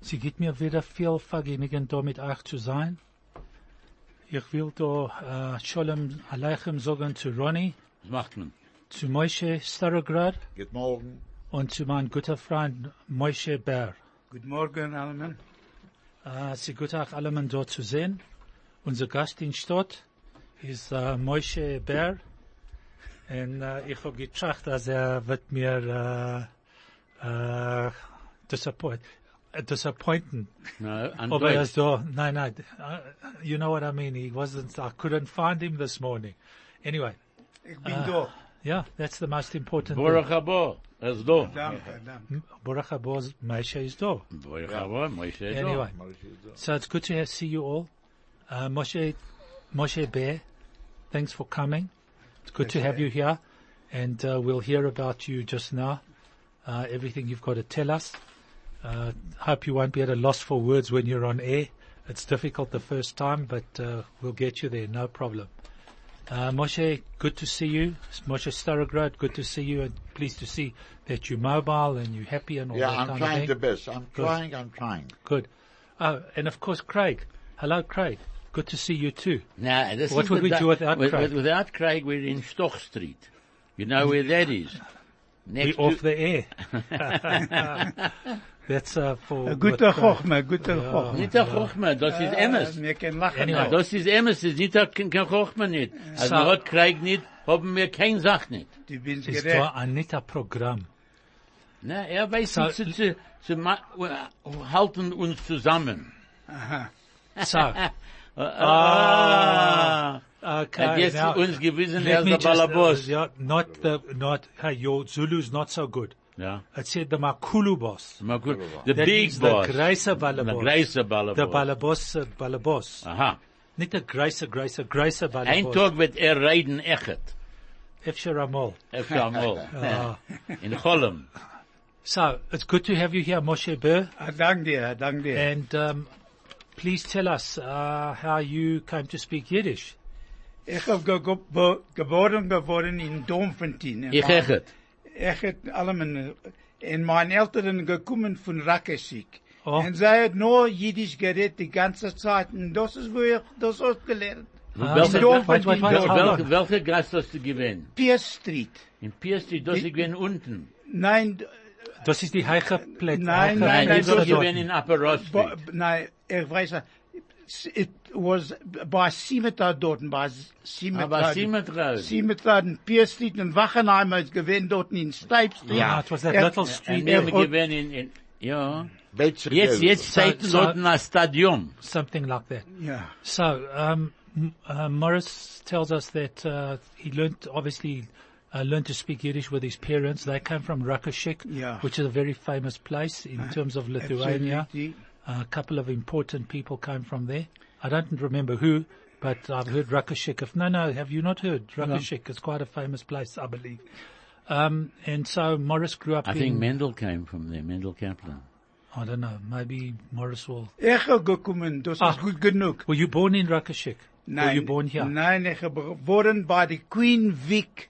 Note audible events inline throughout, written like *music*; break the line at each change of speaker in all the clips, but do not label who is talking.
Sie gibt mir wieder viel Vergnügen, da mit euch zu sein. Ich will da äh, Shalom Aleichem sagen zu Ronny,
Was macht man?
zu Moshe Starograd
Good morning.
und zu meinem guten Freund Moshe Bär.
Guten Morgen, Alman.
Äh, es ist gut, euch alle mal dort zu sehen. Unser Gast in Stadt ist äh, Moshe Bär. Und äh, ich habe gedacht, dass er wird mir äh, äh, disappoint, äh, disappointen.
Na, an
Aber er
Deutsch.
ist da. Nein, nein. Uh, you know what I mean. He wasn't, I couldn't find him this morning. Anyway,
Ich bin
Ah.
da.
yeah, that's the most important
Baruch habo. Er ist da.
Danke, danke.
thing. Baruch Habo, Moshe is da.
Baruch habo, Moshe ist da.
Anyway, so it's good to have, see you all. Uh, Moshe, Moshe Bear, thanks for coming. It's good to have you here. And uh, we'll hear about you just now. Uh, everything you've got to tell us. Uh, hope you won't be at a loss for words when you're on air. It's difficult the first time, but uh, we'll get you there, no problem. Uh, Moshe, good to see you. Moshe Starograd, good to see you, and pleased to see that you're mobile and you're happy and all
Yeah,
that kind
I'm
of thing.
trying the best. I'm
Good.
trying, I'm trying.
Good. Oh, and of course, Craig. Hello, Craig. Good to see you too.
Now, this
What
is
would
the
we
di-
do without
with-
Craig?
with- Without Craig, we're in Stoch Street. You know where that is?
We
Next
off
to,
the air. *laughs* That's uh, for
Ein
with
Guter
Craig.
Chochme, guter Chochme.
Nicht der Chochma, das ist
Uh,
Emmes.
Wir können lachen. nou.
Anyhow.
Anyway.
Das ist Emmes, das ist nicht der kein kein Chochma nicht. Also
So-
man hat Craig nicht, haben wir keine Sache nicht.
Du bist
Is
gerecht.
da Anita Programm.
Na, er weiß
So-
nicht, zu, zu, zu ma- halten uns zusammen. *laughs*
So,
Ah,
okay.
hat jetzt
now,
uns gewissen,
let
er ist
me
der
just, uh,
Ballerboss.
yeah, not the, not, hey, your Zulu's not so good.
Ja.
I said the Makulu boss.
Mal gut. The
That
big
is
boss.
The Greiser Ballerboss.
The Greiser Ballerboss.
The Ballerboss, uh, Ballerboss.
Aha.
Nicht der Greiser, Greiser, Greiser Ballerboss.
Ein Tag wird er reden echet.
Efshe Ramol.
Öfter einmal. In Holm.
So, it's good to have you here, Moshe Burr.
Ah, Dank dir, dank dir.
And um, please tell us uh, how you came to speak Yiddish.
Ich hab ge- ge- bo- geboren geworden in Domfentin.
Ich echet.
Ich het allemaal. eh, En mijn Eltern gekommen von Rakesik.
Oh.
En zij het nur Jiddisch geredet die ganze Zeit. En das ist, wo ich das ausgelernt.
Ah. Uh,
Welche, wel-
Dom- Dorf hat die-
hold on.
welche, welche Gast hast du gewählt?
Piers Street.
In Pierce, das ich gewähnt unten.
Nein, d-
Das ist die heiche Plätze.
Nein,
Nein,
nein,
ich bin
so-
gewähnt in Upper Ross
Bo-
Street.
Nein, ich weiß nicht. S- It was bei Simeta dort, bei Simeta.
Ah,
Aber Symmetra.
Simeta, in Pier Street, in Wachenheim, als gewinn dort in Stipe Street.
Ja, it was that
Er-
little
Und
street.
wir
er- und-
gewähnt in, in, ja.
Beetje
Jetzt,
geld.
jetzt steht
So-
dort ein Stadion.
something like that.
Ja.
So, um, M- uh, Morris tells us that uh, he learnt, obviously, uh, learned to speak Yiddish with his parents. They came from Rakashik,
Yeah.
which is a very famous place in terms of Lithuania.
Absolutely.
A couple of important people came from there. I don't remember who, but I've heard Rakashik. If no, no, have you not heard Rakashik? It's quite a famous place, I believe. Um, and so Morris grew up
I
in.
think Mendel came from there, Mendel Kaplan.
I don't know. Maybe Morris will.
Ich habe gekommen, das
Ah.
ist gut genug.
Were you born in Rakashik? Were
Nein,
you born ja. here?
Nein, ich habe geboren bei der Queen
Ja,
Vic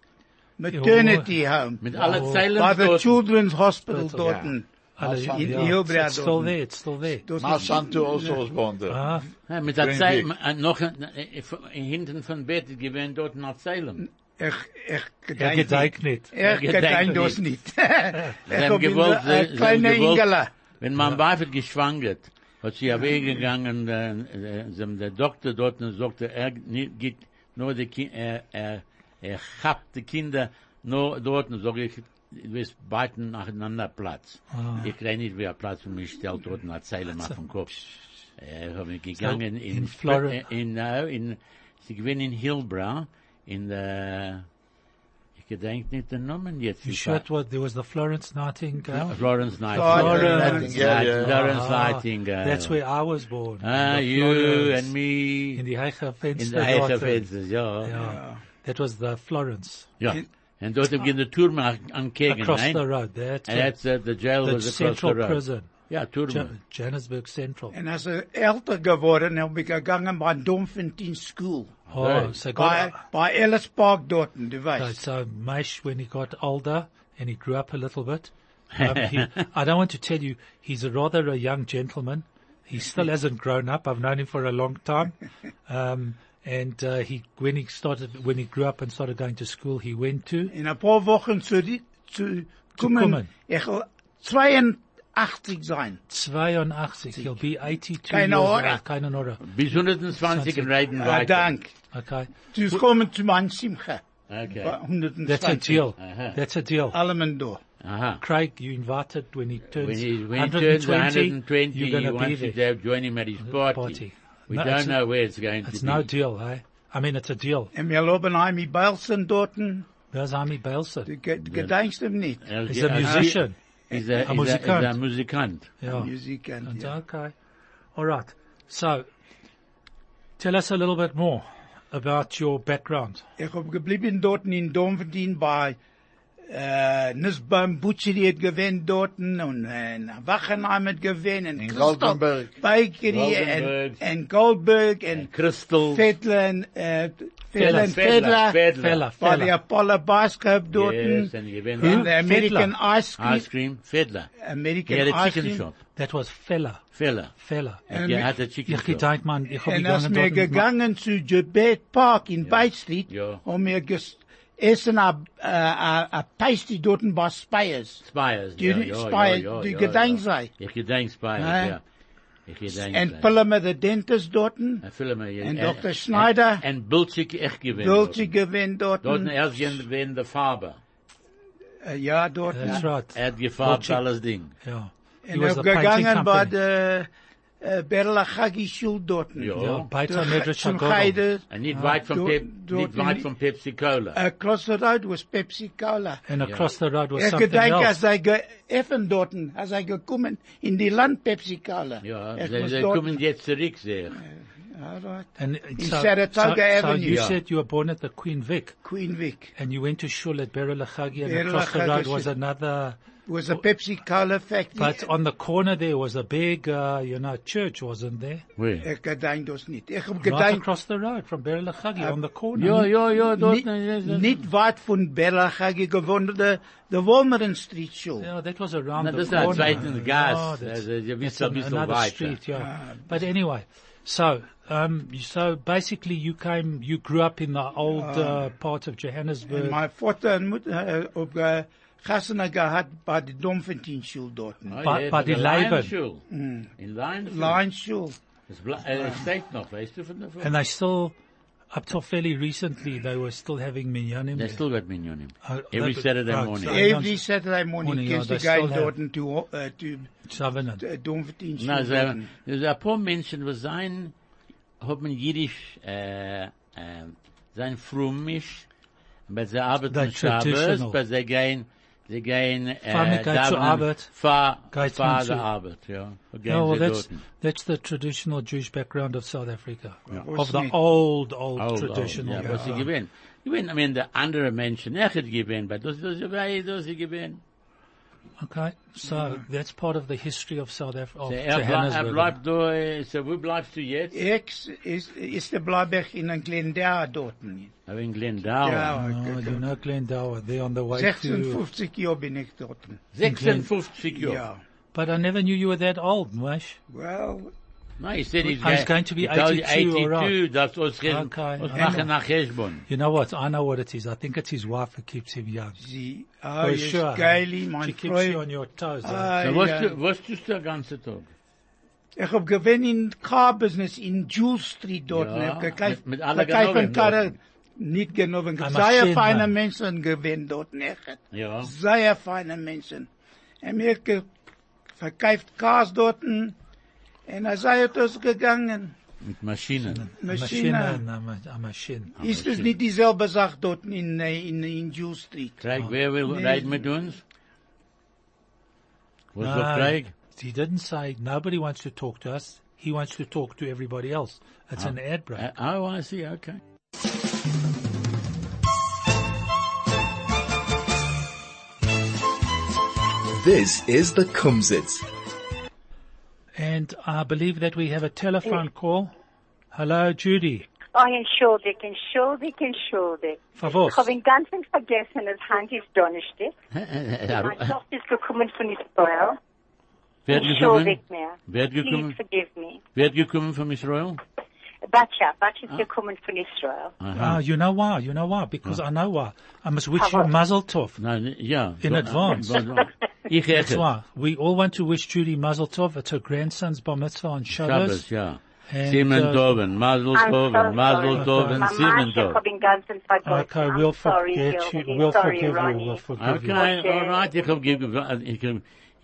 Maternity Home.
Mit alle Zeilen
Bei der
dort.
Children's Hospital
Dort,
dort.
ja.
Hello,
Awesome.
yeah.
In Hilbra
it's still
Dortmund.
there. It's still there.
Das
My
ist-
son too also was born there.
Ah,
Ja, Mit der
Green
Zeilen,
Vic.
äh, noch, äh, äh, von- hinten von Bett, ich gewähnt dort nach Zeilen.
Ich, ich
er
gedenk nicht.
gedeiht nicht.
Ich gedenk
gedenk
*laughs*
das nicht. Ich
haben
hab
gewollt,
immer ein
eh,
sie- sie
kleiner
haben gewollt-
Ingela.
Wenn mein Weib hat geschwangert, hat sie ja weggegangen, äh, äh, sind der Doktor dort und sagte, er ni- gibt nur die Kinder, er, er, er habt die Kinder nur dort und sage ich, du wirst beiden nacheinander Platz. Ich kriege nicht mehr Platz und mich stellt dort eine Zeile mal vom Kopf. Er hat mich gegangen in,
in Florida.
Sp- äh, in, äh, in, sie gewinnen in Hilbra, in der, ich gedenkt nicht den Namen jetzt.
You sure it was, there was the Florence Nightingale?
Lawrence Nightingale.
Florence. Yeah, yeah.
Lawrence
Ah,
Nightingale.
That's where I was born.
Ah,
The
you
Florence
and me
In the Heicher
in
Fenster.
the height
Garden.
of fences, ja.
Yeah. That was the Florence
Ja. And dort haben wir eine Tour angegeben,
across
nein?
the road. That's
eh? And
it.
that's, uh, the jail
the
was across the
central
road.
prison.
Ja,
Ja-
Turm.
Johannesburg Central.
En als er älter geworden, heb ik gegangen bij Domfontein School.
Oh,
Right.
so
Bij,
God,
bij Ellis Park Dorton, du
So,
weißt.
so Mesh, when he got older and he grew up a little bit,
*laughs*
um, he, I don't want to tell you, he's a rather a young gentleman. He still hasn't grown up. I've known him for a long time. Um, and uh, he, when he started, when he grew up and started going to school, he went to
In een paar wochen zu, die- zu
kommen.
kommen, ich will 82 sein.
82. He'll be 82
Keine
years
Ahnung.
old. Keine Ahnung.
Bis 120 in Reiten
Ja,
weiter.
dank.
Okay.
Du kommen zu meinem Simcha.
Okay.
Bei 120.
That's a deal.
Aha.
That's a deal.
Allemen door.
Aha.
Craig, you invited when he turns
Uh, When he, when he turns
120,
120,
you're
he
going to be
wants
there.
to have join him at his party.
Party.
We
No, it's
don't
a-
know where it's going
It's
to
no
be.
deal, eh? I mean, it's a deal.
En wir loben Heimi Belsen dorten.
There's Ami Bailson.
Du ge- du gedenkst ihm nicht.
He's
He's a musician.
He's a, he's a,
A
he's a
musicant.
musicant.
Yeah.
Music and,
And,
yeah.
Okay. All right. So, tell us a little bit more about your background.
Ich hab geblieben dorten in Domverdien bei, äh, Nussbaum Butcheri hat gewinnt dorten und, äh, Wachenheim hat gewinnt und
In
Christoph
Goldenberg.
Bakery
Goldenberg.
and, and Goldberg and
Crystal.
Fedlin, äh, Fedlin
Fedler,
Fedler.
Fedler.
Fella,
Bei der
fella.
Apollo Bars Club dorten.
Yes, and he went
And
out.
the American Ice Cream.
Ice cream, Fiddler. He
American
had a
Ice
chicken
Cream.
shop.
That was fella,
Fella.
fella.
And
He
me-
had a chicken
Ich
shop.
gedenk man, ich hab
En als
gegangen
wir
dort mit ma-
gegangen zu Jebet Park in Bay Street,
Ja.
haben wir gegessen a, eh, a, a, a pasty dort bei Spires.
Spires.
Do you
ja,
do-
ja,
Spires,
ja, ja,
do you
ja,
gedenk
ja.
zij?
Ich gedenk Spires,
Hè?
ja. Ich gedenk
En
zij.
Pillama the dentist dort,
En Pillemer, ja.
en Dr. Schneider.
En Bulchik echt gewinnt.
Dulce gewinnt dort,
Dort erst gewinnt der Farbe.
äh, ja dort.
That's right.
Er hat gefarbt
Bulchik.
alles Ding.
Yeah. He
En
was
auch
a painting
gegangen bei
company.
der äh, Berlachagi Schule dort.
Yeah,
Ja.
Beitar
Durch-
Medrash
Zum
Hagodol.
Heide,
En niet weit van
Dort-
Pep,
dort
niet
in-
weit van Pepsi Cola.
across the road was Pepsi Cola.
And across the road was
Ich
something
gedenke, als
else.
er geöffnet dort, als er gekommen in die Land Pepsi Cola.
Ja,
Ich
ze,
muss
ze
dort-
kommen jetzt zurück, sehe ich.
Alright.
And so, so,
Saratoga
so
Avenue.
you
Yeah.
said you were born at the Queen Vic
Queen Vic
and you went to shul at Berelachagi and
Beryl
across the
Hagagi
road
Shul.
was another
was a Pepsi Cola factory.
But on the corner there was a big, uh, you know, church, wasn't there?
Where?
ich gedenk das nicht. Ich hab
Right
gedenkt,
across the road from Berilachagi
Uh,
on the corner.
Ja, ja, ja, dort.
nicht, nicht weit von Berlachagi gewohnt, der, der Wolmeren Street Show.
Yeah, that was around
Na,
the
das ist
corner.
ein zweiten
Oh,
Gas.
that's-
Also, ihr
that's
wisst ein bisschen
another
weiter.
street,
Ah,
yeah. But anyway, so, um, so basically you came, you grew up in the
Ah.
old, uh, part of Johannesburg.
Mein Vater und Mutter äh, ob äh, Chassana gehabt bei der Domfentin Schule dort.
Oh,
Ba-
ja,
ba-
in
die
der
Leiben.
Leinschule. In Leinschule.
Line Schule.
Es ble- äh, es steht noch, weißt du, von der
and they still, up till fairly recently, they were still having minyanim. there.
They still got Minyonim.
Uh,
Every
that-
Saturday
right,
morning.
so-
Every Saturday morning
Morning,
kennst
ja,
du
they still
geil
have-
dort und du, äh, du,
Covenant.
äh, Domfentin Schule.
Na,
dort.
so, so ein paar Menschen, was sein, haben Jiddisch, äh, äh, sein Frumisch, aber sie
The
arbeiten
traditional.
Schabes, aber sie gehen, sie gehen, äh,
Fahren mit Geld zur
davenen-
Arbeit.
Fahr,
Geht's
fahr
mit
der
zu-
Arbeit, ja. Und Gehen
No, well,
sie
that's
dorten.
that's the traditional Jewish background of South Africa, of the
Wasn't it?
old old,
Old,
traditional.
old, ja, was sie
background.
gewinnen. Gewinnen, I mean, der andere Menschen, er hat gewinnen, aber das, das, das, das, sie gewinnen.
Okay, so that's part of the history of South Africa.
Der Er
Oh,
bleibt, er
Johannesburg.
bleibt da, äh, so, wo bleibst du jetzt?
Ex ist, ist der Blauberg in einem Glendale dort.
Aber in Glendau.
Ja,
Oh, you know Glendower, they're on the way to.
56 Jahre bin ich dort.
56 Jahre.
Ja.
But I never knew you were that old, Mosh.
Well,
No, he said he's
I was going to be
he told you
82, all right.
82, that's what's his-
Okay,
what's
I
machen nach Hezbon.
You know what? I know what it is. I think it's his wife who keeps him young.
sie,
For
ah, ist
sure.
geil, mein
she keeps you on
Freund.
your toes. eh?
Ah,
So
ja.
Nou, was du, was tust du den ganzen Tag?
Ich hab gewinnt in Car Business in Jewel Street dort.
Ja,
Ich hab gekauft,
mit- mit alle
gekauft
Genoven
von Karre.
dort.
Nicht genommen.
Ein
Sehr
Maschinenmann.
feine Menschen gewinnt dort nicht.
Ah, Ja.
Sehr feine Menschen. Er mir verkauft Cars dort und er sei hat uns gegangen.
mit Maschinen.
Machine,
Maschine.
na, ma- a machine.
Ah,
Ist es nicht dieselbe Sache dort in, äh, in, in Jew Street?
Craig, wer
Oh,
will
Nee.
reiten mit uns? Was sagt
No,
Craig?
He didn't say nobody wants to talk to us. He wants to talk to everybody else. It's an ad break.
Uh, oh, I see. Okay. *laughs*
This is the Kumsitz.
And I believe that we have a telephone call. Hello, Judy.
Oh, entschuldigt, entschuldigt, entschuldigt.
Favos.
Ich habe ihn ganz vergessen, es Hand ist Donnerstag. Meine
wer
Tochter ist gekommen von Israel.
hat gekommen?
Entschuldigt mir.
Wer hat
Please
gekommen?
forgive me.
Wer hat gekommen von Israel?
Batja, Batja ist gekommen von Israel.
Ah, you know why? You know why? Because I know why. I must wish you mazel tov.
Nein, Nou, ja.
In
So-
advance.
*laughs*
Ich
That's
hätte.
why we all want to wish Judy mazel tov. It's her grandson's bar mitzvah on Shabbos.
Shabbos, ja.
And,
Simon
uh,
Doven, Mazel
I'm so
Doven, Mazel
sorry.
Doven,
Mama,
Simon
ich habe
Doven.
ihn ganz vergessen.
Okay,
I'm
we'll
sorry,
forget you.
Gilbert.
We'll
sorry,
forgive you.
Ronnie.
We'll forgive you.
Okay,
Okay.
Ah, all right. Ich hab gewollt, ich hab,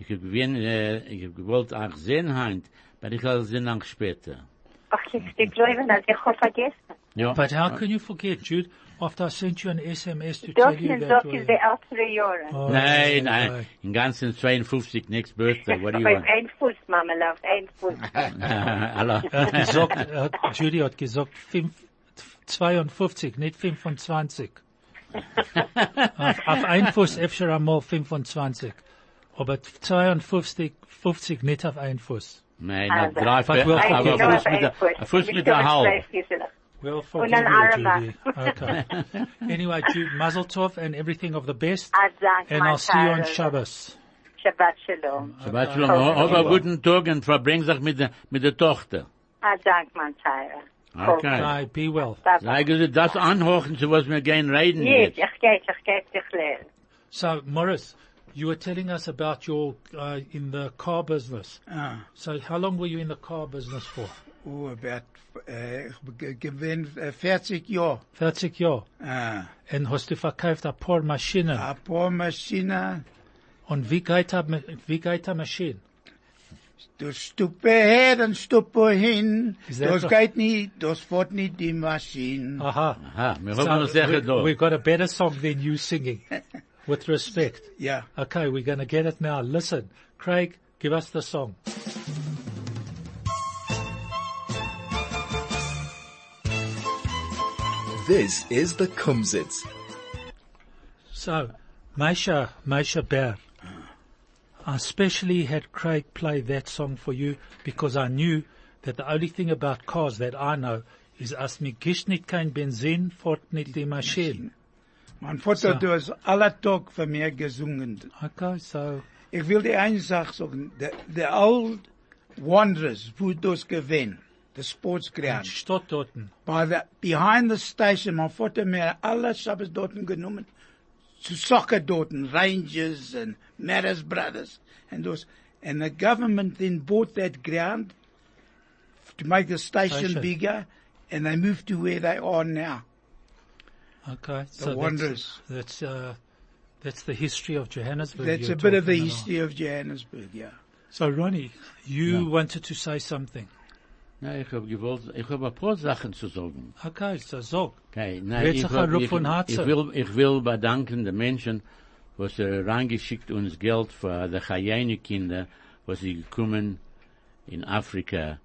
ich hab gewinn, äh, ich hab gewollt auch sehen heint, aber ich hab sehen auch später.
Ach, jetzt die Gläubigen, also ich habe vergessen.
Ja.
But how can you forget, Jude, after I sent you an SMS to tell
Dort
you
sind
that...
dort
we-
ist der ältere Jahre.
Oh,
Nein,
okay.
nein, im Ganzen 52, next birthday, what do you
Auf
want?
ein Fuß, Mama, auf ein Fuß.
*laughs*
*laughs*
Hallo.
Er hat gesagt, er hat, Judy hat gesagt, fünf, 52, nicht 25. auf, auf ein Fuß öfter einmal 25. Aber 52, 50 nicht auf ein Fuß.
Nein,
Also,
auf drei,
But we'll
aber
forgive
auf Fuß
Auf
mit
ein
der,
Fuß.
auf Fuß
Ich
mit
bin
der Halb.
gleich wissen.
Well,
Und ein Armer.
Judy. *laughs* Okay. Anyway, Jude, mazel tov and everything of the best.
Ah, danke,
And
mein
I'll see you on
Vater.
Shabbos.
Shabbat Shalom.
Shabbat Shalom, auf einen guten Tag und verbring sich mit der, mit der Tochter.
Ah, danke, mein Vater.
Okay.
Bye, be well.
Bye-bye.
Sei gesagt, das anhochen, zu was wir gehen reden
Yes,
jetzt.
ich gehe, ich gehe dich lehren.
So, Morris, you were telling us about your, uh, in the car business.
Ah.
So how long were you in the car business for?
Oh, about, äh, ich ge- gewinn äh, 40 Jahre.
40 Jahre.
Äh,
Und hast du verkauft ein paar Maschinen.
ein paar Maschinen,
Und wie geht a, wie geht a Maschine?
du Stuppe her und Stuppe hin.
Is that
Das
doch- Ah.
geht nicht, das fährt nicht die Maschine.
Aha.
Aha, wir
So,
hoffen, wir sagen
we,
doch.
we've got a better song than you singing. With respect.
Ja.
Okay, we're going to get it now. Listen, Craig, give us the song.
This is the Kumsitz.
So, Meisha, Meisha Bear, I especially had Craig play that song for you because I knew that the only thing about cars that I know is as mir gisht nicht kein Benzin, fort nicht die Maschine.
Mein Vater,
So.
du hast aller Tag für mir gesungen.
Okay, so,
Ich will dir eine Sache sagen. The, the old Wanderers, wo das gewinn, the sports ground.
statt dorten.
By the, behind the station, mein Vater mir alle Schabbos dort genommen. Zu Soccer dort, Rangers and Maris Brothers and those. And the government then bought that ground to make the station,
Station.
bigger and they moved to where they are now.
Okay, so that's-
wonders.
That's, uh, that's the history of Johannesburg.
That's
you're
a bit of the
talking about.
history of Johannesburg, yeah.
So Ronnie, you wanted to say something.
Nein, ich hab gewollt, ich hab ein paar Sachen zu sagen.
Okay, so Zog.
Okay,
Red
nein, ich,
sich
hab,
ein Ruf
ich,
von Herzen.
ich will, ich will bedanken den Menschen, was äh, reingeschickt uns Geld für die Chayene Kinder, was sie gekommen in Afrika,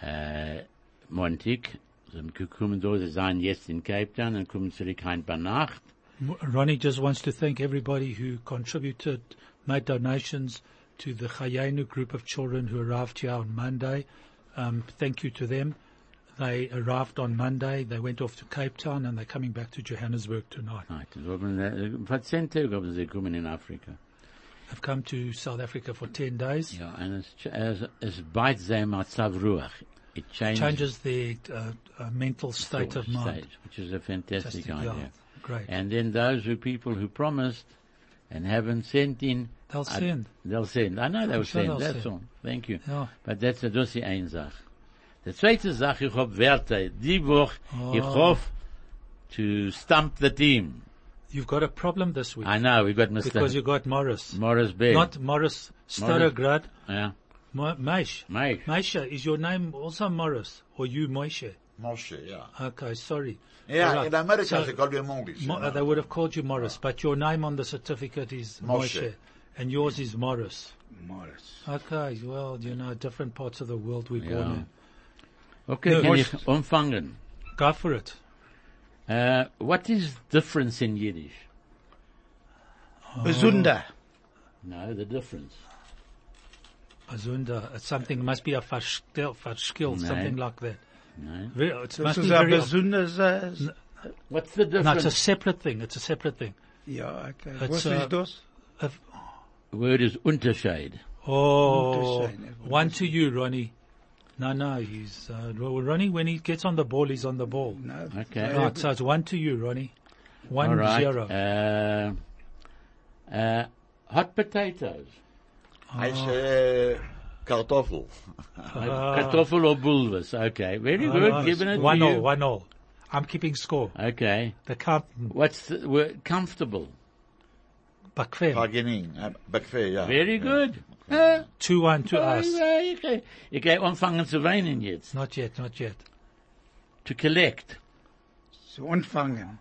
äh, Montag. Sie sind gekommen dort, sie sind jetzt in Cape Town und kommen zurück heim bei Nacht.
M- Ronnie just wants to thank everybody who contributed, made donations to the Chayenu group of children who arrived here on Monday. Um, thank you to them. They arrived on Monday. They went off to Cape Town and they're coming back to Johannesburg tonight.
Nein, sie haben, äh, vor zehn Tagen haben sie gekommen in Afrika.
They've come to South Africa for 10 days.
Ja, und es, es, es beit sie mal Zavruach. It changes,
Changes their uh, uh, mental state of mind.
state, which is a
Fantastic,
fantastic
yeah.
idea.
Great.
And then those who people who promised and haven't sent in,
They'll
I-
send.
They'll send. I know they'll
sure
send.
they'll
That's
send.
all. Thank you.
Ja.
But that's a das die eine Sache. Die zweite Sache, ich hab Werte. Die Woche, ich
Oh.
hoff to stump the team.
You've got a problem this week
I know, we got Mr.
because you got Morris.
Morris Bear.
Not Morris Stodograd,
Yeah.
Mo- Maish.
Mike.
Maisha, is your name also Morris or you Moshe?
Moshe,
אה,
yeah.
Okay, sorry.
Yeah,
All right.
in America
So-
they call you English.
Mo- uh, they would have called you Morris, but your name on the certificate is Moshe,
Uh. Moshe.
and yours is Morris.
Morris.
Okay, well, you know, different parts of the world we're born
Yeah.
in.
Okay,
No,
kann
Moshe-
ich umfangen.
Go for it.
Uh, what is difference in Yiddish?
Oh.
Besonder.
No, the difference.
Azunda, it's something, must be a verstel, verskill,
No.
something like that.
No.
Very, it
Das
must be
ist ein
very,
besonderes, äh,
What's the
no, it's a
difference?
separate thing, it's a separate thing.
ja, okay.
It's,
Was
uh,
ist das?
If-
Word is Unterscheid.
Oh,
Interesting.
one to you, Ronnie. No, no, he's, uh, Ro- Ronnie, when he gets on the ball, he's on the ball.
No.
Okay.
Right, so it's one to you, Ronnie.
All
One
right.
zero.
Uh, uh, hot potatoes.
אה,
Heißt, äh, Kartoffel.
כן.
Kartoffel or bulwas. Okay. Very
All
good.
right.
Giving it
Ah. one
to
all,
you.
one all. I'm keeping score.
Okay.
The count,
What's the word? Comfortable.
Bakwem.
Hagenin, äh, Backfee, ja.
Very
Ja.
good. Uh,
Two one to us.
okay. Ich gehe anfangen zu weinen jetzt.
Not yet, not yet.
To collect.
Zu anfangen.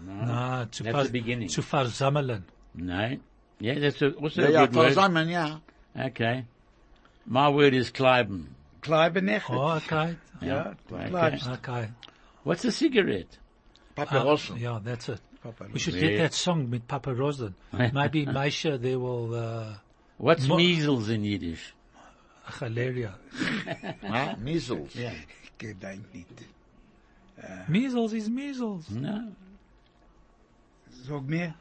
Nah, to
That's the beginning.
To verzammelen.
No. Yeah, that's a, also
Ja,
a
ja,
good word.
zusammen, ja.
Okay. My word is Kleiben.
Kleiben echt.
Oh, okay.
Ja,
Okay.
Kleiben.
Okay. Um,
What's a cigarette?
אה,
Papyrossen.
Yeah, that's it.
Papa.
We should
Yeah.
get that song with Papa
*laughs*
Rosen. Maybe Meisha, they will, uh,
What's
Mo-
measles in Yiddish?
Hilaria. אה,
Ja, Measles.
Gedenk nicht.
Measles is measles.
No.
Sag mir.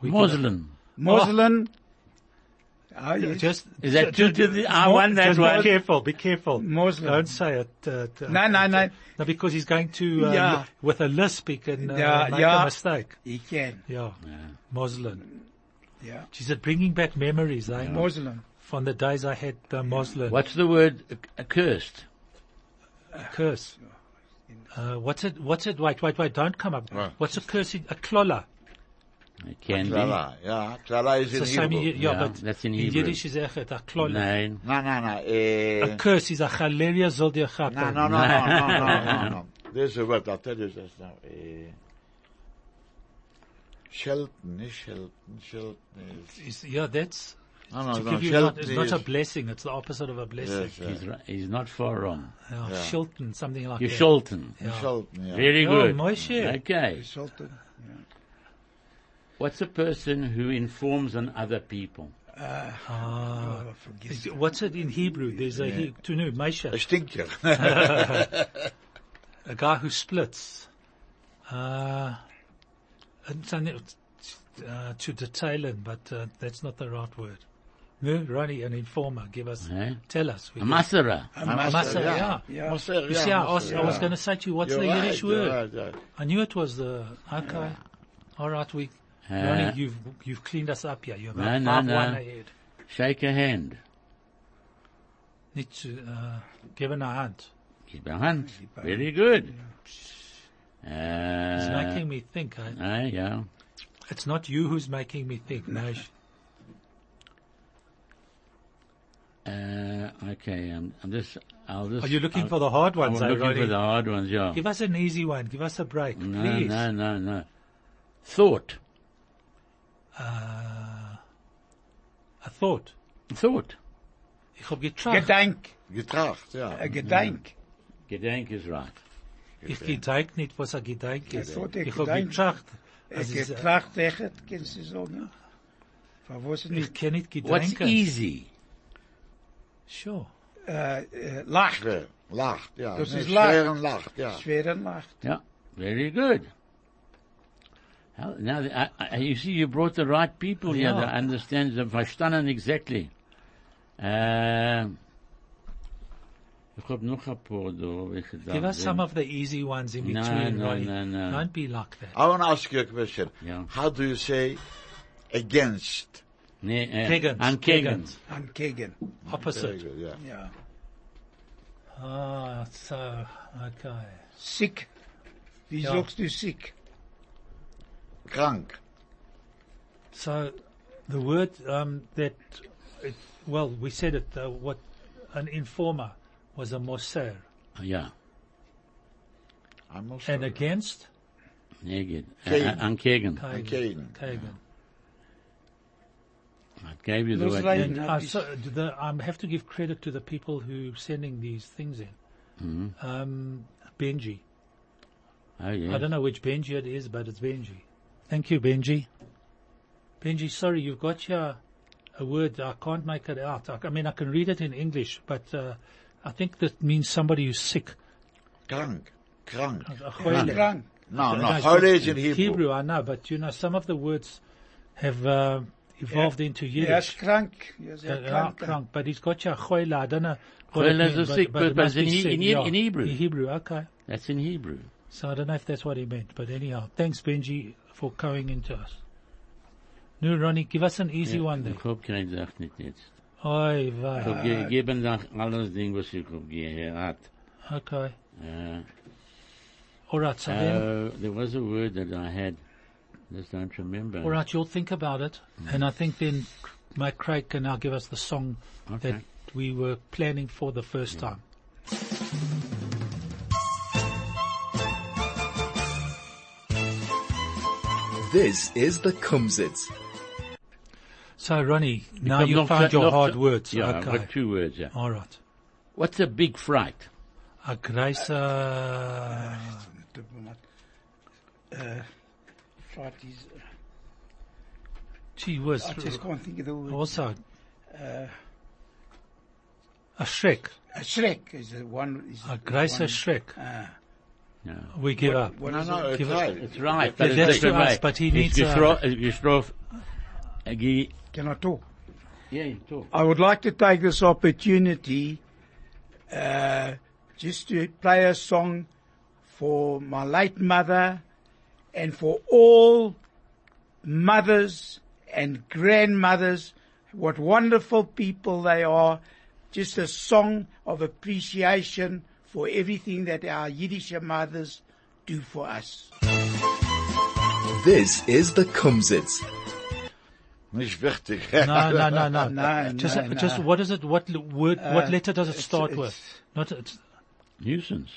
We can-
Moslem.
Moslem. Ah, yes.
Just
Is that two to the, I
Mo-
won that
just be
one.
careful, be careful.
Moslem.
Don't say it. Uh, t-
No, no, no.
No, because he's going to, uh,
Yeah.
li- with a lisp, he can uh,
Yeah,
make
yeah.
a mistake.
Ich kenn.
Yeah. Moslem.
Ja.
She said, bringing back memories, eh?
Moslem.
From the days I had uh, Moslem.
What's the word uh, cursed?
curse? Uh, what's it, what's it, wait, wait, wait, don't come up. What's a curse? in- A clolla.
It can be.
Klala, ja. Klala
It's
is in
the same, in-
Hebrew.
yeah,
Yeah,
but
that's in Hebrew.
Yiddish is echet, a clolla.
No.
Nein, nein, nein, äh,
A curse is a chaleria zoldiachapa.
nein, no, no, no, no, no, no, no. There's a word, I'll tell you this now, äh, Shelton, nicht Shelton, Shelton
Is,
is,
yeah, that's,
no, no,
to
no,
give you not, it's
Shelton
not
is,
a blessing, it's the opposite of a blessing.
yes,
He's,
yeah.
ri- he's not far wrong.
Yeah, Shilton, something like that.
Gesholten.
Yeah.
Shelton, ja.
Very
Oh,
good.
Moshe.
Okay.
Sollte.
What's a person who informs on other people?
Oh, vergiss.
Ah. Is- What's it in Hebrew? There's a he, to know,
Ein
Meisha,
Stinker.
a guy who splits. Uh, and something, uh, to detail him, but uh, that's not the right word. No, Ronnie, an informer, give us,
Eh?
tell us. We
A
can-
masera.
Masa,
yeah.
yeah.
Ah, Ja.
Moser,
You
yeah,
see, I,
Moser,
asked, I was
yeah.
going to say to you, what's
eh, You're
the
right,
Yiddish
you're
word?
right, yeah.
I knew it was the, okay. All right, we,
Uh,
Ronnie, you've, you've cleaned us up here. You're
Eh? No,
about
no,
five
no.
one ahead.
Shake a hand.
Need to, uh, given a hand.
Keep a hand. Very good. Uh,
It's making me think. I,
aye, Uh, yeah.
It's not you who's making me think, Nash.
Uh, okay, um, I'm just, I'll *laughs* just.
Are you looking
I'll-
for the hard
I'm
ones, eh,
looking for
Ronnie?
the hard ones, yeah.
Give us an easy one. Give us a break,
No,
please.
no, no, no. Thought.
A thought.
Thought.
Ich hab getracht.
Gedenk.
Getracht, ja.
Äh, Gedenk.
Gedenk is right.
Ich gedenk nicht, was er gedenk ist.
thought,
Ich
ich
hab
gedenk.
getracht.
Äh,
Also, es ist, äh,
Getracht echt, kannst du sagen. Verwusst
Ich
nicht.
kann nicht
What's
gedenken.
easy?
Sure.
Äh, äh, Lacht.
Schwer. Lacht, ja.
Das
Nee,
ist Lacht.
schweren Lacht, ja.
Schweren Lacht.
Yeah, very good. How- Now, the- I, I, you see, you brought the right people here
Yeah.
that understand them, verstanden exactly. Um, ich hab noch ein paar da, welche da
Give us
sind.
some of the easy ones in
No,
between,
no,
Ronnie.
no, no.
Don't be like that.
I want to ask you a question.
Yeah.
How do you say against?
Nee, eh,
Kegans.
I'm Kegans.
Am Kegen.
Very
Opposite.
good, yeah.
Ja.
Ah, so, okay.
Sick. Wie
Ja.
sagst du sick?
Krank.
So, the word um, that it, well, we said it, uh, what an informer was a Moser.
Ja.
I'm not
And
sure.
against?
Neged.
Tegen.
Ankegen.
Kagan.
Kagan.
I gave you the
Those
right
like-
name.
And
Yeah.
I, so, the, I have to give credit to the people who sending these things in. Um, Benji.
Oh, yeah.
I don't know which Benji it is, but it's Benji. Thank you, Benji. Benji, sorry, you've got your a word. I can't make it out. I, I mean, I can read it in English, but uh, I think that means somebody who's sick.
Krank. Krank. Nou,
A choile.
Drunk.
No, no.
No, it's
Holy is in
in
Hebrew.
I know, but you know, some of the words have uh, evolved into
Er ist
Yiddish.
krank. Er ist
Uh,
krank.
krank, but he's got your choile. I don't know. what
Choile
it
is
means,
a sick, but-
it
but
must
in
be
He-
sick,
in He-
yeah.
in Hebrew.
In Hebrew, okay.
That's in Hebrew.
So I don't know if that's what he meant, but anyhow, thanks Benji for going into us. Nu Ronnie, give us an easy one then. Ah.
Ich hab kein Sach nicht jetzt.
Oi,
Ich hab
vey.
gegeben nach alles Ding, was ich hab gehört.
Okay.
Äh,
Alright, so then,
uh, there was a word that I had. Just don't remember.
alright, you'll think about it.
Mm.
And I think then Mike Craig can now give us the song
Okay.
that we were planning for the first time.
This is the Kumsitz.
So Ronnie, now
Come,
you
look,
found your
look,
hard words.
Yeah, I've
okay.
got two words. Yeah.
Alright.
What's a big fright?
A grace, uh,
uh, Right, he's-
gee whiz.
I just can't think of the word.
Also, a shrek.
A Shrek is the one. Is
A Ah, grace, a
one-
shrek.
No.
We give up.
What
No,
is
no,
it?
it's
Give us-
right.
It's right, but
Yeah,
it's
that's
different
to us,
way.
but he
It's
needs a-
gestro- it's gestrof- a ge-
Can I talk?
Yeah, you talk.
I would like to take this opportunity uh, just to play a song for my late mother and for all mothers and grandmothers. What wonderful people they are. Just a song of appreciation for everything that our Yiddish mothers do for us.
This is the Kumsitz.
Nicht wichtig.
No, no, no, no.
*laughs* No,
just,
no, no.
just what is it? What l- word? what letter does it
it's-
start
it's-
with? Not. It's,
Nuisance.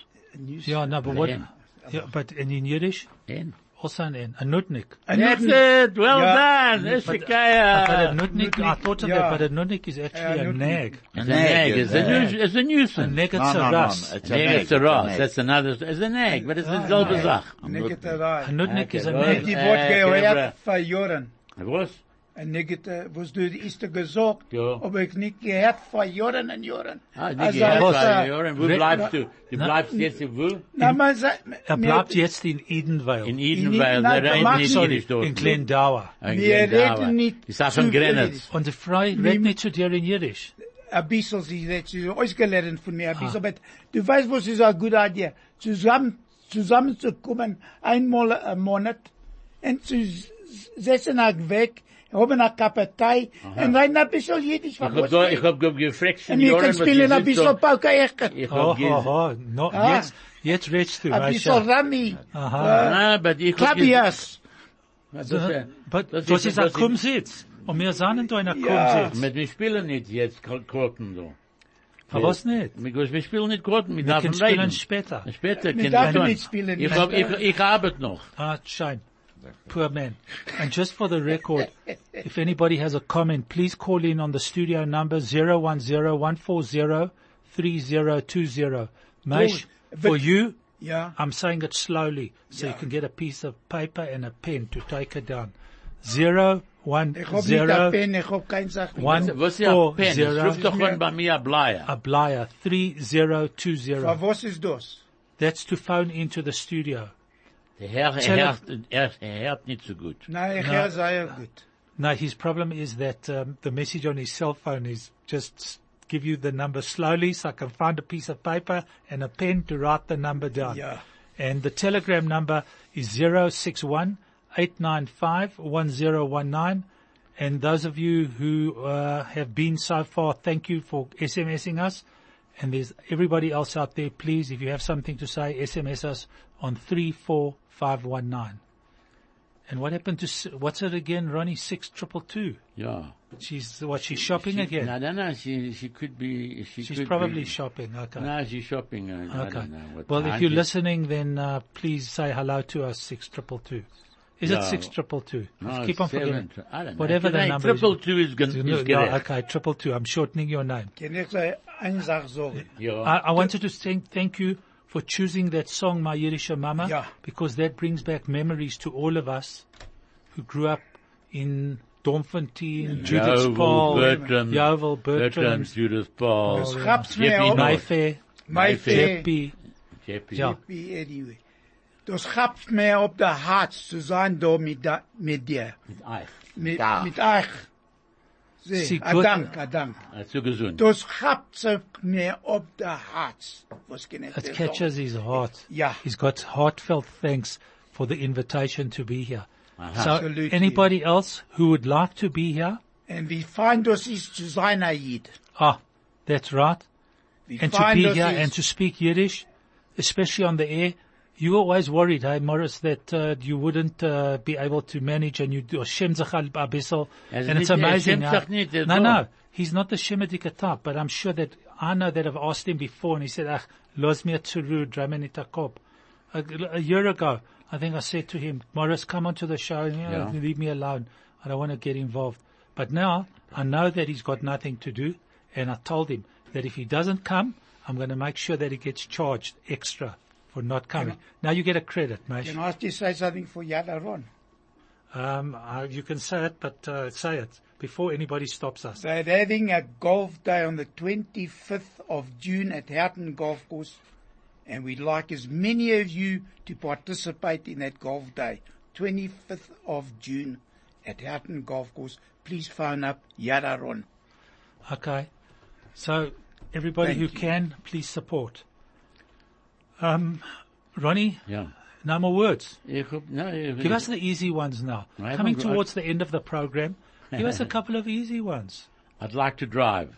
yeah, no, but what?
N.
Uh-huh.
Yeah, but in, in Yiddish,
N.
also an N, a nutnik.
And
That's
not-
it. Well
Yeah.
done. That's the guy,
but
uh,
a nutnik, I
nutnik,
thought of
yeah.
that, but a nutnik is actually
Uh,
a
nutnik.
nag.
A
An
nag
egg
is
is
a
an
nuisance.
egg.
It's a
A
nuisance.
nag it's
*laughs* No, no,
a
no,
ras.
it's
Nag
egg,
it's a ras.
egg.
That's another. It's a nag, but it's a selbe Sach.
Negative,
A
right.
nutnik is a
Okay, right.
nag.
Die
Eh,
Wort
Gabriel.
gehört von Joren.
Was?
En ik het, eh, was door de eerste gezocht,
Ja.
heb ik niet gehad van jaren en jaren.
Ah, die
Als
gehört
hij,
war
eh,
Joren. Wo
Re-
bleibst du? Du bleibst jetzt in wo?
Nou, maar zij-
Er
meer-
bleibt jetzt in Edenvale.
In
nein,
Edenvale. Da
der
reden
macht
nicht
sorry,
Jiddisch dort.
in Glendower.
In
Wir
Glendower.
reden nicht
Ich sag schon
zu viel
Grenitz.
Jiddisch.
Und die Frau redet nicht zu dir in Yiddish.
Een bissel, ze zegt, ze is ausgelernt von
Ah.
mir, ein bissel, aber du weißt, was ist eine gute Idee, zusammen, zusammenzukommen, einmal im Monat, und zu s- setzen einen Weg, haben eine Kapitei, und reden ein bisschen Jiddisch.
Ich hab da, ich hab ge- gefragt von
Und wir
Joren,
können
was
spielen
die
ein
sind
bisschen
so- Ja,
Pauke Ecker,
Ich
Oh,
hab
oh,
ge-
oh, no,
Ah.
jetzt, jetzt redest du,
ein bisschen
Aisha.
Rami,
Aha.
Ah, but ich hab ge-
Klabias.
Das ist, äh,
But,
das
das
ist-
ist ein
das ist-
Kumsitz. Und wir sind da in einem
Ja.
Kumsitz.
Mit mir spielen nicht jetzt Kor- Korten da.
Aber was nicht?
Because wir spielen nicht Korten,
Wir
wir dürfen
können spielen
reden.
später.
Später
Wir
können
dürfen
tun.
nicht spielen,
Ich
nicht.
hab, ich, ich arbeite noch.
Ah, shame. Poor man. And just for the
*laughs*
record, if anybody has a comment, please call in on the studio number 010-140-3020. Mesh,
but-
for you,
Ja.
I'm saying it slowly so you can get a piece of paper and a pen to take it down. Zero one
Ich hab nicht eine
zero
Pen, ich hab keine Sache.
one
Was ist ja
four
Pen? Ich
zero
ruf doch mal bei mir ein Bleier.
a blier three zero two
Aber
zero.
was ist das?
That's to phone into the studio.
Der Herr, er
Tell
hört, er, er hört nicht so gut.
Nein, ich höre sehr gut.
No, his problem is that um, the message on his cell phone is just s- give you the number slowly so I can find a piece of paper and a pen to write the number down.
Yeah.
And the telegram number is 61 And those of you who uh, have been so far, thank you for SMSing us. And there's everybody else out there, please, if you have something to say, SMS us on 34519. And what happened to, s- what's it again, Ronnie? 6222.
Ja.
She's what? She's shopping again.
No, no, no. She she could be. She
She's
could
probably
be,
shopping. Okay.
No, she's shopping. I, I
okay.
don't know uh, what
Well,
time
if you're
it-
listening, then uh, please say hello to us. Six triple two. Is
No.
it six triple two?
No,
Keep on
seven,
forgetting.
I don't know.
Whatever the
Today,
number
triple
is.
two is gon-
No,
is
no,
correct.
okay, triple two. I'm shortening your name.
Can ich say, eine Sache sagen?
Yeah.
I, I wanted to thank, thank you for choosing that song, My Yiddish Mama,
Yeah.
because that brings back memories to all of us who grew up in Domfontein, Judith's
Yeovil,
Paul,
Bertram,
Yeovil, Bertram,
Bertram, Judith Paul,
Das gab's mir
Jeppy
auch.
North,
Mayfair,
My
Mayfair.
fair.
Jeppy.
Jeppy.
Yeah.
Be anyway. Das habt mir auf der Herz zu sein da mit, da, mit dir.
Aye.
Mit,
Da.
mit euch. ah, Sie,
Sie
a
gut-
dank, a dank.
That's so gesund.
Das habt mir auf der Herz. Was kann ich dir
It
sagen?
catches his heart.
Yeah.
He's got heartfelt thanks for the invitation to be here. So
Absolutely.
anybody else who would like to be here?
And we find das ist zu sein, a Jid.
Ah, that's right.
We
and to
find
be
das
here
ist-
and to speak Yiddish, especially on the air. You were always worried, hey Morris, that uh, you wouldn't uh, be able to manage, and you do Hashem zachal abisol,
As
and it's
nit-
amazing.
Hashem
how-
zach nit at
no,
all.
no, he's not the Shemedika type, but I'm sure that I know that I've asked him before, and he said, "Ach, los mir turu dramenita kop." A, a year ago, I think I said to him, "Morris, come onto the show and you know,
Yeah.
leave me alone. I don't want to get involved." But now I know that he's got nothing to do, and I told him that if he doesn't come, I'm going to make sure that he gets charged extra for not coming. Now you get a credit, mate.
Can I ask you to say something for Yad Aron?
Um, uh, you can say it, but uh, say it before anybody stops us.
They're having a golf day on the 25th of June at Houghton Golf Course, and we'd like as many of you to participate in that golf day. 25th of June at Houghton Golf Course. Please phone up Yadaron.
Okay. So everybody
Thank
who
you.
can, please support. Um, Ronnie,
Yeah.
no more words.
Ich hoop- Eh, no, ich-
Give us the easy ones now.
I haven't
Coming
got-
towards the end of the program, give
*laughs*
us a couple of easy ones.
I'd like to drive.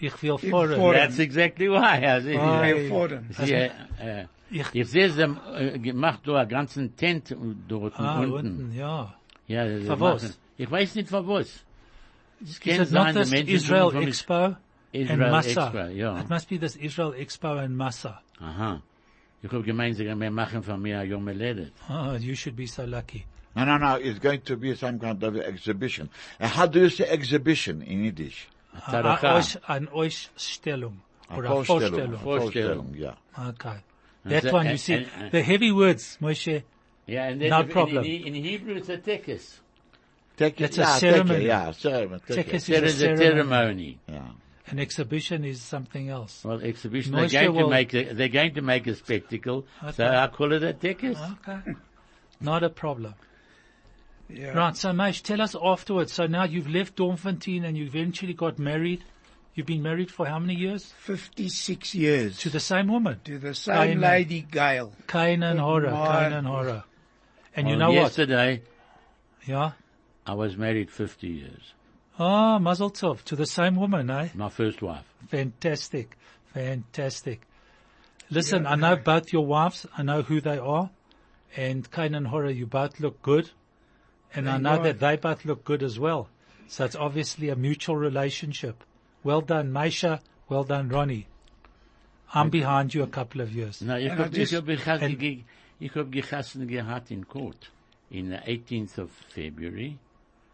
Ich will
If
fahren.
for-
That's exactly why. Also,
Ah.
Hey, Foden.
Sie, äh, äh,
Ich-
ich sehe sie haben, äh, gemacht, da einen ganzen Tent dort
Ah,
unten.
unten, ja.
Ja, sie
Für
machen-
was?
Ich weiß nicht, für was. Es
Is
kann
it not
sein, die
this
Menschen
Israel
sind von-
Expo and
Israel
Massa?
Expo, ja.
It must be this Israel Expo and Massa.
Aha. Ich habe gemeint, sie wir machen von mir ein Jom Eledet.
Oh, you should be so lucky.
No, no, no. Nou, It's going to be some kind of exhibition. Uh, how do you say exhibition in Yiddish?
A- a Aus- Ah, An Ausstellung. Or a
Vorstellung.
Vorstellung.
Vorstellung.
Vorstellung, yeah.
Okay.
so-
That one, you
and-
see,
and-
the heavy words, Moshe,
Yeah, and then
No
if- in-
problem.
In, in Hebrew, it's a tekes.
Take
It's
it,
a
yeah, Take
ceremony.
it, yeah, ceremony. Take
Take
it.
us
There
is
is a ceremony.
Yeah.
An exhibition is something else.
Well, exhibition.
Moshe
they're going to
will-
make a, they're going to make a spectacle. So
Okay.
I call it a tekes.
Okay. Not a problem.
Yeah.
Right, so Mesh, tell us afterwards. So now you've left Dormfontein and you eventually got married. You've been married for how many years?
56 years.
To the same woman.
To the same
Diamond.
lady, Gail.
Cain and Hora,
My-
Cain and Hora. And you
On
know what?
yesterday,
Yeah.
I was married 50 years.
Oh, Mazel Tov. To the same woman, eh?
My first wife.
Fantastic. Fantastic. Listen, I know both your wives. I know who they are. And Cain and Hora, you both look good. And I
Thank
know
God.
that they both look good as well. So it's obviously a mutual relationship. Well done, Maisha. Well done, Ronnie. I'm behind you a couple of years.
No, ich
And I
hab,
just-
ich hab, gehasen-
and-
ge- ich hab gehasen gehabt in court. In the 18th of February.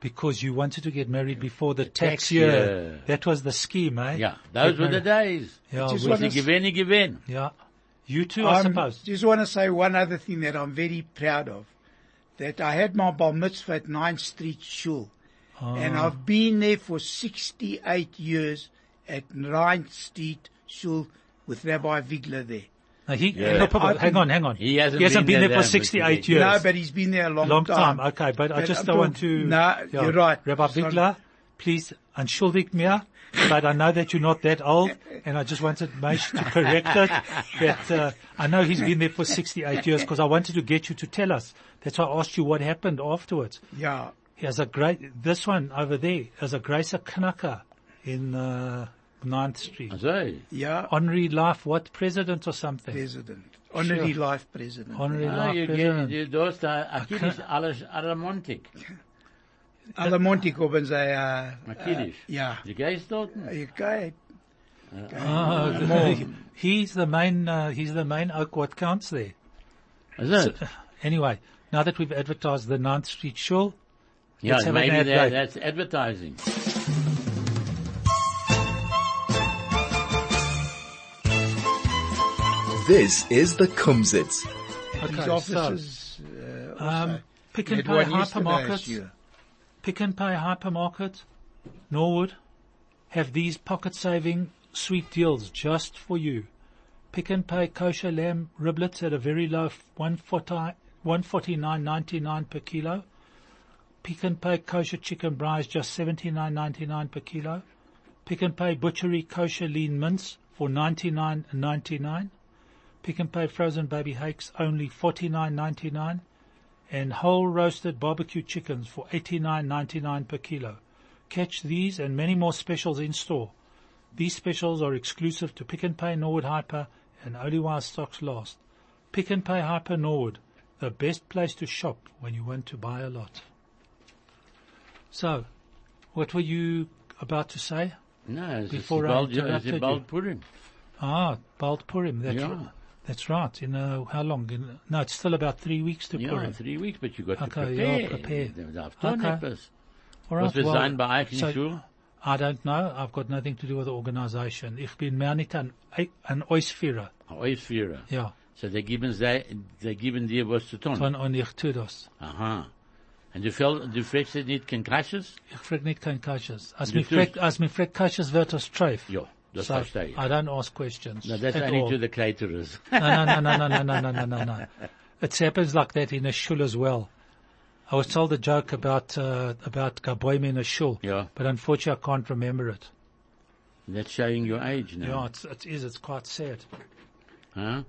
Because you wanted to get married before the tax,
Tax
year.
year.
That was the scheme, eh?
Yeah, those
Get
were the
married.
days.
Yeah,
It is
we-
what
Sie gewinn, ich gewinn.
yeah. You too, I
I'm-
suppose.
Um, Just want to say one other thing that I'm very proud of. That I had my bar mitzvah at 9th Street Shul. And
Ah.
I've been there for 68 years at 9th Street Shul with Rabbi Wigler there.
Now he,
Yeah.
no problem.
I-
hang on, hang on.
He hasn't been
been, there, for
there then, but he-
68
No,
years.
No, but he's been there a long,
Long time. Okay, but I
But
just
I'm
don't want to.
talking- No,
Yeah.
you're right.
Rabbi
Sorry.
Bigler, please, entschuldigt mir, *laughs* but I know that you're not that old, and I just wanted Mesh
*laughs*
to correct it. That uh, I know he's been there for 68 years because I wanted to get you to tell us. That's why I asked you what happened afterwards.
Yeah.
He has a great. This one over there has a Grace Knacker in uh, 9th Street.
So,
Yeah.
Honorary life, what president or something?
president. Honorary life president.
Honorary
ah,
life
you, uh,
president.
get, you, du hast, ah, ah, hier ist alles, alle Montag.
Alle Montag haben sie, äh,
Na, Kiddisch.
ja.
Die Geist dort?
Uh,
Okay.
Ah, the- *laughs* he's the main, uh, he's the main oak what counts there.
Is it?
Anyway, now that we've advertised the Ninth Street Shul,
Yeah,
let's have an
maybe
ad
that,
break.
that's advertising.
This is the Kumsitz.
These
Okay,
officers, uh, also-
Um, pick
We
and
had
pay
one yesterday,
hypermarkets,
Stu.
pick and pay hypermarket, Norwood, have these pocket saving sweet deals just for you. Pick and pay kosher lamb riblets at a very low 140 149.99 per kilo. Pick and pay kosher chicken briars just 79.99 per kilo. Pick and pay butchery kosher lean mince for 99.99. Pick and pay frozen baby hakes only 49.99 and whole roasted barbecue chickens for $89.99 per kilo. Catch these and many more specials in store. These specials are exclusive to Pick and Pay Norwood Hyper and only while stocks last. Pick and Pay Hyper Norwood, the best place to shop when you want to buy a lot. So, what were you about to say?
No, it's
Before I
about, it's
interrupted you.
about Purim.
Ah, Bald Purim. That's
Yeah.
right. That's right. In uh, how long? In, no, it's still about three weeks to
Yeah,
Purim.
three weeks, but you got
Okay,
to prepare.
yeah, prepare.
You have done
Okay.
etwas.
All
Was wir
well,
sein bei Eichen
so-
Schul?
I don't know. I've got nothing to do with the organization. Ich bin mehr nicht an, an Ausführer.
Ausführer.
Ja.
So they given they, they given dir was zu tun.
Von und ich tu das.
Aha. And du fell, du fragst dich nicht kein Kasches?
Ich frag nicht kein Kasches. Als
Du
mir
tust-
fragt, als mir fragt Kasches wird das treif.
Ja, das
so,
verstehe ich.
I don't ask questions.
No, that's
at
only
all.
to the clitoris. *laughs*
no, no, no, no, no, no, no, no, no, no. It happens like that in a shul as well. I was told a joke about, uh, about Gaboim in a shul.
Yeah.
But unfortunately I can't remember it.
that's showing your age
Yeah,
now.
it's, it is, it's quite sad.
Huh?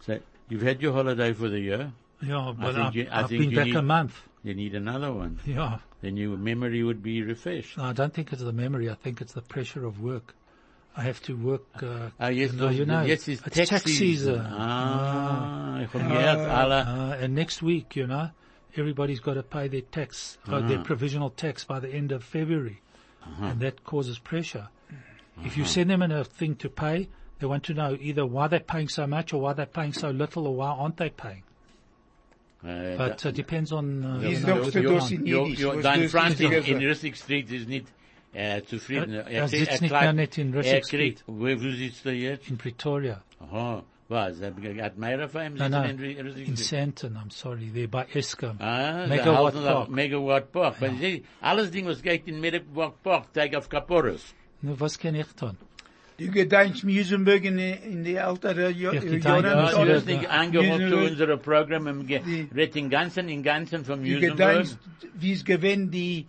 So you've had your holiday for the year.
Yeah, but
think
I've,
you- I
I've
think
been
you
back
need-
a month.
You need another one.
Yeah.
Then your memory would be refreshed.
No, I don't think it's the memory. I think it's the pressure of work. I have to work. Uh,
Ah, yes,
you know,
those-
you know,
yes, it's,
it's
tax,
tax
season.
season.
Ah, ich hab gehört, alle.
Uh, and next week, you know, everybody's got to pay their tax, uh,
Ah.
their provisional tax by the end of February,
Uh-huh.
and that causes pressure. If you send them in a thing to pay, they want to know either why they're paying so much or why they're paying so little or why aren't they paying.
Äh,
Ah. But it depends on. Uh,
These
you know,
dogs
what's
to
going
those
on.
in-
Jo-
Yiddish,
jo-
was
dein
das
Freund in,
Richtige
in
war.
Russick Street ist nicht äh, zufrieden.
Er-
Er,
er
kriegt-
sitzt nicht
klagt-
mehr nicht in Russick
er kriegt,
Street.
Wo, wo sitzt er jetzt?
in Pretoria,
Aha, was? Er hat mehr auf ihm
no,
sitzen
no,
in Ru- Russick
in
Street?
Santon. I'm sorry, there by Eskom.
Ah,
Megawatt
sie halten auf
Park.
Megawatt Park. Weil sie- Alles Ding, was geht in Megawatt Park, teig auf Kaporis.
Nu, was kann ich tun?
Du gedenkst Musenberg in, die- in die ältere Jo-
Ich gedenk-
Jahren,
Ja,
Ja,
das
du
alles-
hast
das-
dich
ja.
angehoben zu
Diese-
unserem Programm im Ge-
Die-
Red in Ganzen, in Ganzen vom
du
Musenberg.
gedenkst, wie es gewinnt die,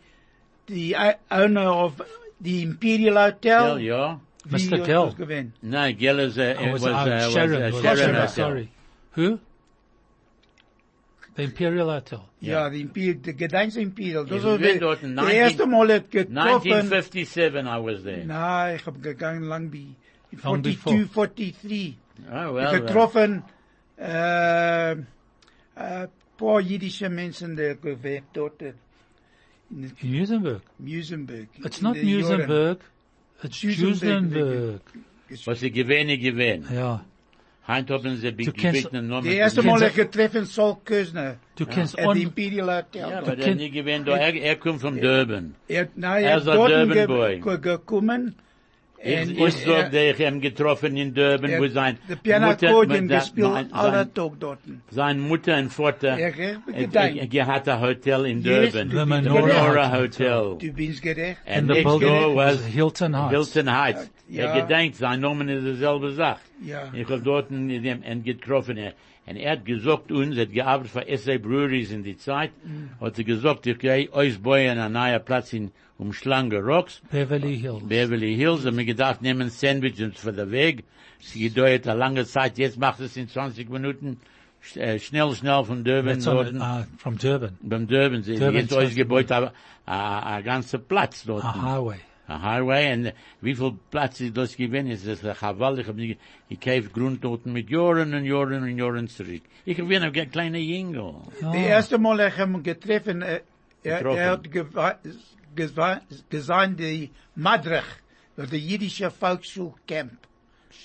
die I- Owner of the Imperial
Ja,
Hotel,
ja.
wie
Mr.
hat
Gell.
das gewinnt.
Nein, Gell is, äh,
I was,
was,
out.
äh, was,
Oh, uh, Sharon.
äh,
was
Sharon
Sharon,
Hotel.
sorry. Who? The Imperial Hotel.
Ja, die Imperial, die gedenkst Imperial. Das
Ich
war
bin
die-
dort in
die
19
erste Mal hat getroffen. Nou,
1957 I was there.
Nein, ich hab gegangen lang wie
Long
42,
before.
43.
Oh,
Ich
well,
hab er getroffen, äh, äh, paar jüdische Menschen, die gewählt dort in
In Musenberg.
Musenberg.
It's
in
not
den Jahren.
Musenberg. It's Jusenberg.
Duisenberg.
Was sie gewähne, gewähne.
Yeah.
Heint haben sie be-
Du kennst-
gebeten, Namen.
Die erste
Du
Mal
kennst-
getroffen Saul Kösner.
Du kennst
At the
on,
Imperial Hotel.
Ja,
Ja,
aber
du
der
kennst-
nicht gewähne, da, er, er kommt von Durban.
er, nein,
Er
er
ist
ist
ein
dort
Durban
ge
Boy.
ge gekommen.
Ich,
und
ich
er-
sag dir, ich hab ihn getroffen in Durban, wo sein
Der Pianoakkordeon gespielt,
sein,
aller Tag dort.
sein Mutter und Vater,
Er
er,
hat
er,
gedacht,
er hat ein Hotel in
Yes,
Durban.
du-
The
du-
Menorah
Menorah
Hotel.
Hotel.
du bist gerecht.
And
And
the
next door
building
was
was Hilton Heights.
Hilton Heights.
Ja.
Er gedenkt, sein Name ist dieselbe Sache.
Ja.
Ich hab dort in dem, und getroffen, er, und er hat gesagt uns, er hat gearbeitet für SA Breweries in die Zeit,
Mhm.
hat er gesagt, ich gehe euch bei an einen neuen Platz in, um Schlange Rocks,
Beverly Hills.
Beverly Hills, und mir gedacht, nehmen Sandwiches für den Weg. Sie gedauert eine lange Zeit, jetzt macht es in 20 Minuten, Sch- äh, schnell, schnell von Durban,
That's on,
dort,
uh, from Durban.
beim Durban, sie
Durban,
jetzt euch gebaut, ein ein ganzer Platz dort.
A highway.
a highway and wie viel Platz ist das gewesen ist das ein Chaval ich hab nicht ich kauf Grundnoten mit Jahren und Jahren und Jahren zurück ich bin ein kleiner Jingo
Ah.
Die erste Mal, ich hab ihn getroffen, äh, Er,
Getroffen.
er hat gewa- gewa- gesehen die Madrach, das der jüdische Volksschulcamp.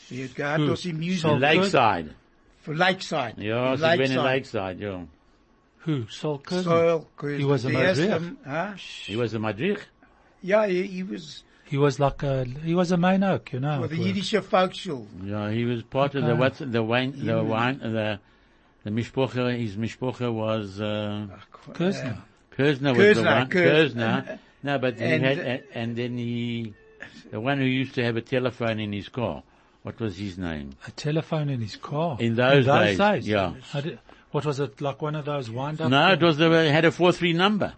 Sie hat gehabt,
Hm.
dass sie
So-
In
Music
Lakeside.
für Lakeside.
Ja, ich bin in Lakeside, ja.
Who? Saul Cousin?
Soil,
He was a
the erste-
Madrich.
huh?
He was a Madrich.
Ja, he, he was
He was like a, he was a main oak, you know.
for the
it was-
jüdische Volksschule.
Yeah, he was part of the
Okay.
what's the wine the wine the the mishpocha his mishpocha was uh,
Cousin.
Kirzner was the
Kirzner,
one
Kirz-
Kirzner. No, but
and-
he had and then he the one who used to have a telephone in his car. What was his name?
a telephone in his car.
In those days, yeah.
I did- what was it, like one of those wind up?
No, it was the it had a four three number.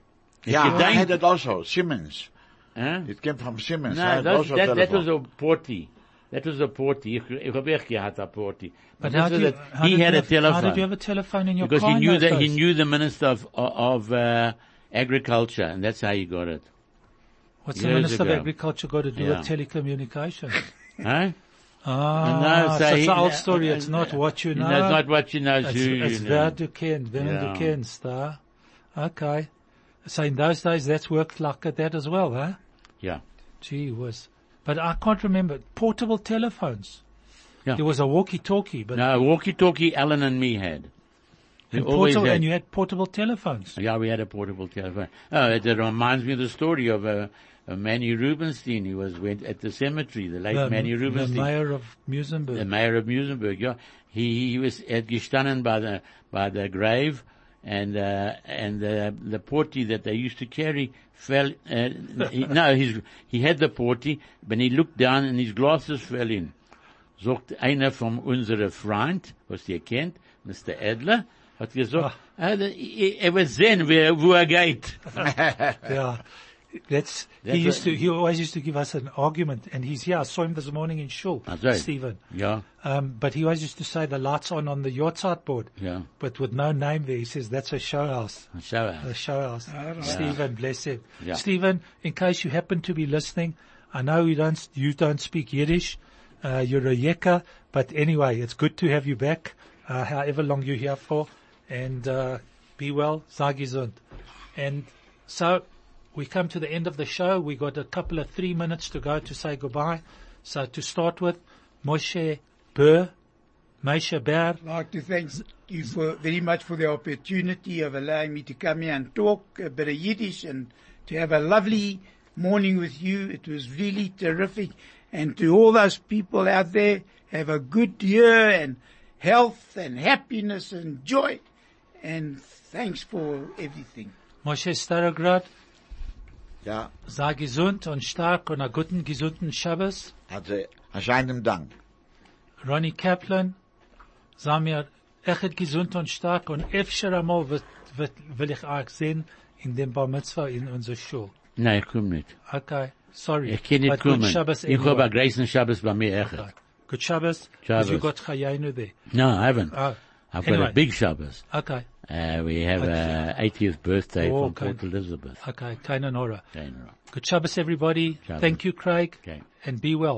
If
Yeah,
you
I
don't-
had it also, Siemens.
huh?
It came from Siemens. I
No,
had
those,
also
that, that was
telephone.
a porty. That was a porty. Ich, ich habe echt gehabt, a porty.
But
this
how
was
did, you,
that-
how
he
did
had
you
a
have,
telephone.
How did you have a telephone in your
because
car?
he
in
knew
those
that he
days?
knew the minister of of uh, agriculture, and that's how he got it.
What's the
years
Minister
ago.
of Agriculture got to do with
Yeah.
telecommunications?
*laughs* Huh?
ah,
so
so it's
he-
an old story. It's
uh,
not what you
You
know.
know, it's not what you know.
it's,
who you
it's
know.
wer du kennst, wen
Yeah.
du kennst, huh? Okay. So in those days, that's worked like that as well, huh?
Yeah,
Gee whiz. But I can't remember. Portable telephones.
Yeah.
There was a walkie-talkie, but
no walkie-talkie. Alan and me had. We
and,
always
portable,
had.
and you had portable telephones.
Yeah, we had a portable telephone. Oh, it, it reminds me of the story of uh, uh, Manny Rubenstein. He was went at the cemetery. The late Manny Rubenstein.
the mayor of Musenberg.
the mayor of Musenberg, yeah, he, he was had gestanden by the by the grave, and uh, and the the porty that they used to carry fell. Uh, he, no, his he had the porty, but he looked down and his glasses fell in. Sagt einer von unsere Freund, was ihr kennt, Mr. Adler, hat gesagt, ah, da- i- i- er wird sehen, wer, wo er geht.
yeah. That's,
That's
he used
what-
to, he always used to give us an argument and he's here. I saw him this morning in Shul,
Ah, sorry.
Stephen.
Yeah,
Um, but he always used to say the lights on on the yacht side board.
Yeah.
But with no name there, he says that's a show house.
so
The
uh,
show house. Stephen, bless him.
Yeah.
Stephen, in case you happen to be listening, I know you don't, you don't speak Yiddish. Uh, you're a Yekka, but anyway, it's good to have you back, uh, however long you're here for. And, uh, be well. Sei gesund. And so we come to the end of the show. We got a couple of three minutes to go to say goodbye. So to start with, Moshe Ber, Moshe Ber,
I'd like to thank you for very much for the opportunity of allowing me to come here and talk a bit of Yiddish and to have a lovely morning with you. It was really terrific. And to all those people out there, have a good year and health and happiness and joy. And thanks for everything.
Moshe Starograd,
Yeah,
sei gesund und stark und einen guten, gesunden Shabbos.
also, aus einem Dank.
Ronnie Kaplan, sag mir, echt gesund und stark und öfter einmal wird, wird, will ich auch sehen in dem Bar Mitzvah in unserer Schule.
nein, ich komm nicht.
Okay, sorry.
Ich kann nicht
But good
kommen.
Shabbos
Ich habe
anyway.
einen großen Shabbos bei mir, echt.
Good Shabbos.
Shabbos.
Have you got Chayayinu there?
No, I haven't.
Oh,
I've got
anyway.
a big Shabbos.
okay,
Uh, we have uh, 80th birthday
Oh,
from Port
okay.
Elizabeth.
okay, Kainan Hora.
Okay, all right.
Good Shabbos, everybody.
Shabbos.
Thank you, Craig.
Okay.
And be well.